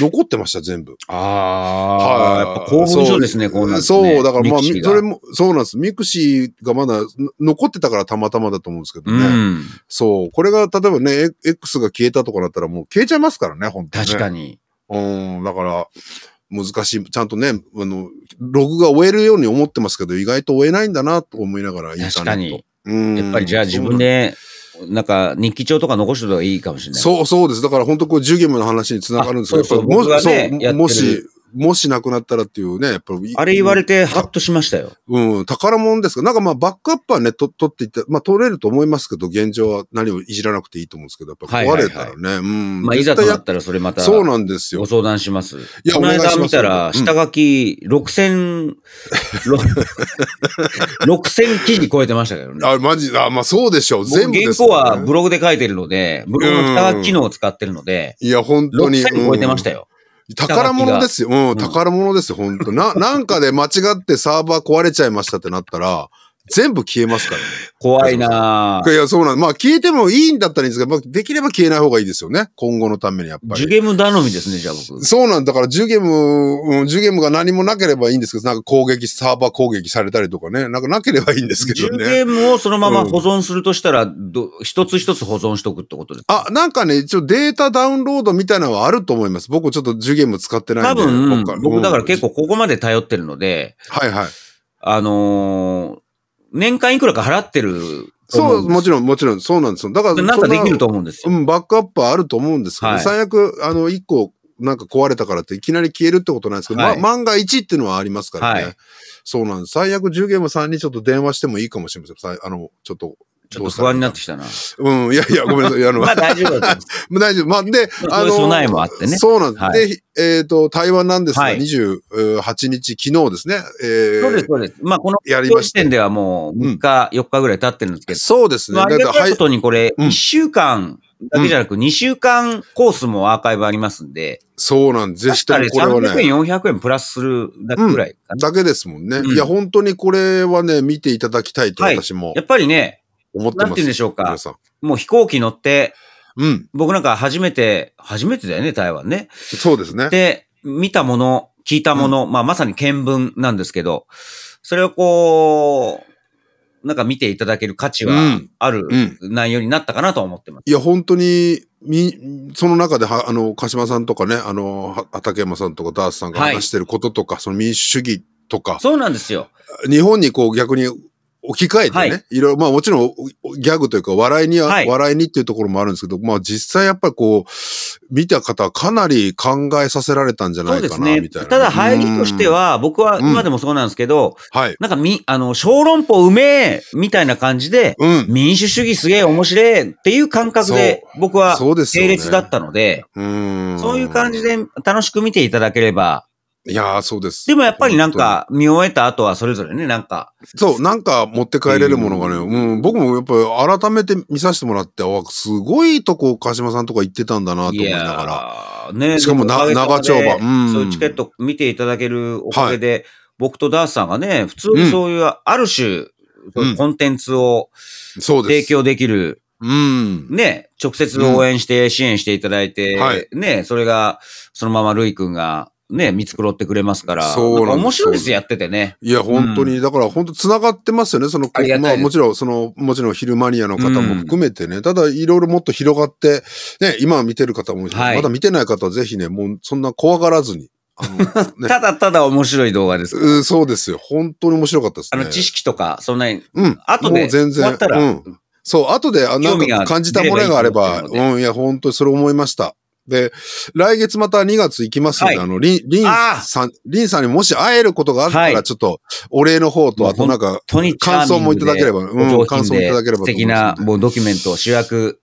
Speaker 1: 残ってました、全部。
Speaker 2: ああ、
Speaker 1: はい
Speaker 2: やっぱ興奮症ですね、こうなるとね
Speaker 1: そう、だからまあ、
Speaker 2: ミクシーが
Speaker 1: それも、そうなんです。ミクシーがまだの残ってたからたまたまだと思うんですけど
Speaker 2: う
Speaker 1: ね。
Speaker 2: ん。
Speaker 1: そう。これが、例えばね、え X が消えたとかだったらもう消えちゃいますからね、本当に、ね。
Speaker 2: 確かに。
Speaker 1: うん、だから、難しい。ちゃんとね、あの、ログが終えるように思ってますけど、意外と終えないんだなと思いながら、インターネ
Speaker 2: 確
Speaker 1: ッ
Speaker 2: かに
Speaker 1: ト。。うん
Speaker 2: やっぱりじゃあ自分。で、なんか日記帳とか残しておいた方がいいかもしれない。
Speaker 1: そうそうです。だから本当こう、授業の話につながるんですけど、
Speaker 2: あそうそう
Speaker 1: やっぱりも
Speaker 2: 僕がねや
Speaker 1: そう
Speaker 2: ってる
Speaker 1: もし、もしなくなったらっていうね、やっぱり。
Speaker 2: あれ言われて、
Speaker 1: ん
Speaker 2: ハッとしましたよ。
Speaker 1: うん、宝物ですかなんかまあ、バックアップはね、と取っていった、まあ、取れると思いますけど、現状は何もいじらなくていいと思うんですけど、やっぱ
Speaker 2: はい
Speaker 1: 壊
Speaker 2: はいは
Speaker 1: れ
Speaker 2: い
Speaker 1: たらね、うん。
Speaker 2: まあ、いざとなったらそれまた、
Speaker 1: そうなんですよ
Speaker 2: ご。相談します。
Speaker 1: いや
Speaker 2: こ
Speaker 1: お
Speaker 2: の
Speaker 1: 願いし
Speaker 2: 間
Speaker 1: ます
Speaker 2: 見たら、下書き6000、ろ 6000記事超えてましたけどね。
Speaker 1: あ、マジ、あ、まあそうでしょう。
Speaker 2: 僕
Speaker 1: 全部で
Speaker 2: 原
Speaker 1: すか
Speaker 2: 稿
Speaker 1: らね、
Speaker 2: はブログで書いてるので、ブログの下書き機能を使ってるので、
Speaker 1: いや、本当に。
Speaker 2: 6000超えてました
Speaker 1: よ。
Speaker 2: よ。
Speaker 1: 宝物ですよ。う、
Speaker 2: うんん
Speaker 1: 宝物ですよ、本 当な、なんかで間違ってサーバー壊れちゃいましたってなったら、全部消えますからね。
Speaker 2: 怖いない
Speaker 1: や、そうなんまあ消えてもいいんだったらいいんですけど、まあ、できれば消えない方がいいですよね。今後のためにやっぱ
Speaker 2: ジュ
Speaker 1: り。
Speaker 2: ゲム頼みですね、じゃあ僕。
Speaker 1: そうなんだから、ジュゲム、うん、ジュゲムが何もなければいいんですけど、なんか攻撃、サーバー攻撃されたりとかね、なんかなければいいんですけ
Speaker 2: 10
Speaker 1: どね。
Speaker 2: ゲームをそのまま保存するとしたら、ど一つ一つ保存しとくってことですか
Speaker 1: あ、なんかね、一応データダウンロードみたいなのはあると思います。僕ちょっとジュゲーム使ってな
Speaker 2: 多
Speaker 1: いんで。
Speaker 2: 分
Speaker 1: は、
Speaker 2: 僕だから結。
Speaker 1: うん
Speaker 2: 構ここまで頼ってるので、
Speaker 1: はいはい。
Speaker 2: あのー年間いくらか払ってると
Speaker 1: そ
Speaker 2: 思
Speaker 1: う、
Speaker 2: んで
Speaker 1: も
Speaker 2: す
Speaker 1: ちろん、もちろん、そうなんですよ。だから、
Speaker 2: なんかできると
Speaker 1: 思
Speaker 2: 思うんですよ。
Speaker 1: うん、バックアップはあると思うんですけど、
Speaker 2: はい
Speaker 1: 最悪、あの、一個、なんか壊れたからっていきなり消えるってことなんですけど、
Speaker 2: はい
Speaker 1: ま、万が一っていうのはありますからね。
Speaker 2: はい
Speaker 1: そうなんです。最悪、10ゲームさんにちょっと電話してもいいかもしれません。さいあの、ちょっと。
Speaker 2: ちょっと不安になっててきたな。
Speaker 1: うん、いやいや、ごめんなさい。あの、
Speaker 2: まあ大丈夫だと思います。
Speaker 1: 大丈夫。まあ、で、
Speaker 2: そ う
Speaker 1: あ
Speaker 2: いう
Speaker 1: の、
Speaker 2: 備えもあってね
Speaker 1: そうなんです。
Speaker 2: はい
Speaker 1: で、えっ、と、台湾なんですが、
Speaker 2: はい
Speaker 1: 28日、昨日ですね。えー
Speaker 2: そうです、そうです。まあこの
Speaker 1: やり
Speaker 2: 今
Speaker 1: ま
Speaker 2: 日時
Speaker 1: し
Speaker 2: 点ではもう3日、4日ぐらい経ってるんですけ
Speaker 1: た。
Speaker 2: ど、
Speaker 1: そうですね。
Speaker 2: まあ、あ
Speaker 1: だっ
Speaker 2: り
Speaker 1: て
Speaker 2: がたい
Speaker 1: はい
Speaker 2: ことにこれ、
Speaker 1: うん
Speaker 2: 1週間だけじゃなく2週間コースもアーカイブありますんで、
Speaker 1: そうなんです。ぜひ
Speaker 2: 確
Speaker 1: と
Speaker 2: か
Speaker 1: もこ
Speaker 2: ね、
Speaker 1: れはね。
Speaker 2: 300円、400円プラスするだけぐらいかな。
Speaker 1: だけですもんね。
Speaker 2: うん
Speaker 1: いや、本当にこれはね、見ていただきたいと
Speaker 2: はい
Speaker 1: 私も
Speaker 2: やっぱりね、
Speaker 1: 思ってます。
Speaker 2: なんて言うんでしょうか
Speaker 1: 皆。さん。
Speaker 2: もう飛行機乗って、
Speaker 1: うん。
Speaker 2: 僕なんか初めて、初めてだよね、台湾ね。
Speaker 1: そうですね。
Speaker 2: で、見たもの、聞いたもの、まあまさに見聞なんですけど、それをこう、なんか見ていただける価値
Speaker 1: う
Speaker 2: は
Speaker 1: ん
Speaker 2: ある
Speaker 1: うん
Speaker 2: 内容になったかなと思ってます。
Speaker 1: いや、本当に、み、その中では、あの、鹿島さんとかね、あの、は畠山さんとかダースさんが
Speaker 2: はい
Speaker 1: 話してることとか、その民主主義とか、
Speaker 2: そうなんですよ。
Speaker 1: 日本にこう逆に置き換えてね、、
Speaker 2: はいい
Speaker 1: ろいろ、まあもちろんおおギャグというか笑いには、
Speaker 2: はい
Speaker 1: 笑いにっていうところもあるんですけど、まあ実際やっぱりこう、見た方はかなり考えさせられたんじゃな
Speaker 2: そう
Speaker 1: い
Speaker 2: で
Speaker 1: か
Speaker 2: す
Speaker 1: な、
Speaker 2: ね。
Speaker 1: みたいなね。
Speaker 2: ただ入りとしては、僕は今でもそうなんですけど、
Speaker 1: うん、はい。
Speaker 2: なんかみ、あの、小籠包うめえみたいな感じで、
Speaker 1: うん。
Speaker 2: 民主主義すげえ面白えっていう感覚で、僕は
Speaker 1: そうですよ
Speaker 2: 並
Speaker 1: ね。
Speaker 2: 列だったので、
Speaker 1: うん。
Speaker 2: そういう感じで楽しく見ていただければ、
Speaker 1: いやー、そうです。
Speaker 2: でもやっぱりなんか、見終えた後はそれぞれね、なんか、
Speaker 1: そう、なんか持って帰れるものがね、
Speaker 2: う
Speaker 1: うん、僕もやっぱり改めて見させてもらって、あ、すごいとこ、鹿島さんとか行ってたんだなと思
Speaker 2: い
Speaker 1: いながら。
Speaker 2: やーね
Speaker 1: しかもな
Speaker 2: でおか
Speaker 1: 長
Speaker 2: げ
Speaker 1: 丁
Speaker 2: さまで
Speaker 1: 場。うん。
Speaker 2: そういうチケット見ていただけるおかげで、僕とダースさんがね、普通にそういう、ある種、
Speaker 1: うん
Speaker 2: コンテンツを
Speaker 1: そうで
Speaker 2: 提
Speaker 1: す。
Speaker 2: 供できる、
Speaker 1: うん。
Speaker 2: ね、直接応援して支援していただいて、
Speaker 1: はい
Speaker 2: ね、それが、そのままルイ君が、ね、見繕ってくれますから、
Speaker 1: そうなんです
Speaker 2: か面白いです
Speaker 1: そう
Speaker 2: よ、やっててね。
Speaker 1: いや、本当に、
Speaker 2: う
Speaker 1: だから本当繋がってますよね。その、こ
Speaker 2: ありがた
Speaker 1: ま
Speaker 2: いで
Speaker 1: すあもちろん、その、もちろん昼マニアの方も含めてね、ただいろいろもっと広がって、ね、今見てる方もいるし、
Speaker 2: はい
Speaker 1: まだ見てない方はぜひね、もうそんな怖がらずに。あ のね
Speaker 2: ただただ面白い動画です。
Speaker 1: うんそうですよ。本当に面白かったです
Speaker 2: あ
Speaker 1: ね。
Speaker 2: の、知識とか、そんなに、
Speaker 1: うん。
Speaker 2: 後で
Speaker 1: もう全然。
Speaker 2: 終わったら
Speaker 1: うん。そう、後で、あな
Speaker 2: 興
Speaker 1: ん
Speaker 2: 味が
Speaker 1: か感じたものがあれば、
Speaker 2: 出ればいいと思ってるの
Speaker 1: うん、いや、本当にそれ思いました。で、来月また2月行きますんで、
Speaker 2: はい
Speaker 1: あの、リン、リン
Speaker 2: あー
Speaker 1: さん、リンさんにもし会えることがあった
Speaker 2: は
Speaker 1: ら、
Speaker 2: い
Speaker 1: ちょっと、お礼の方と、
Speaker 2: もう
Speaker 1: あとなんか、
Speaker 2: トニチャ
Speaker 1: 感
Speaker 2: ー
Speaker 1: 想
Speaker 2: ミン
Speaker 1: も
Speaker 2: グ
Speaker 1: い
Speaker 2: で
Speaker 1: ただければ、う
Speaker 2: お上
Speaker 1: ん、
Speaker 2: 品
Speaker 1: 感想もい
Speaker 2: で
Speaker 1: ただければと
Speaker 2: 素
Speaker 1: 思いますんで。
Speaker 2: 敵な、もうドキュメント、主役、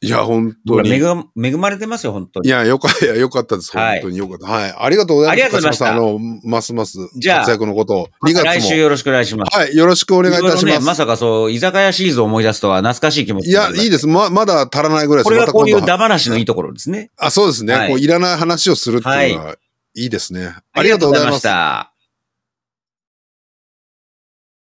Speaker 1: いや、本当に。
Speaker 2: 恵が恵まれてますよ、本当
Speaker 1: い
Speaker 2: に。
Speaker 1: や、よか った、いやよかったです。
Speaker 2: は
Speaker 1: 本
Speaker 2: い
Speaker 1: 当によかった。はい。ありがとうございます。
Speaker 2: ありがとうございました
Speaker 1: 鹿島さんあの、ますます、
Speaker 2: じゃあ
Speaker 1: 活躍のことを、2月も。
Speaker 2: 来週よろしくお願いします。
Speaker 1: はい、よろしくお願いいたし
Speaker 2: ろ
Speaker 1: ま。
Speaker 2: ろね、ますさかそう、居酒屋シリーズを思い出すとは懐かしい気持ち
Speaker 1: い
Speaker 2: にな
Speaker 1: や、
Speaker 2: ります
Speaker 1: いいです。ま、まだ足らないぐらいです。
Speaker 2: これ
Speaker 1: ま
Speaker 2: が
Speaker 1: た
Speaker 2: こ
Speaker 1: 今
Speaker 2: ういう
Speaker 1: 度
Speaker 2: ダマなしのいいところですね。
Speaker 1: あ、そうですね。
Speaker 2: はい
Speaker 1: い、こういらない話をするっていうのは、い、いですね。ありがとうございました。
Speaker 2: た。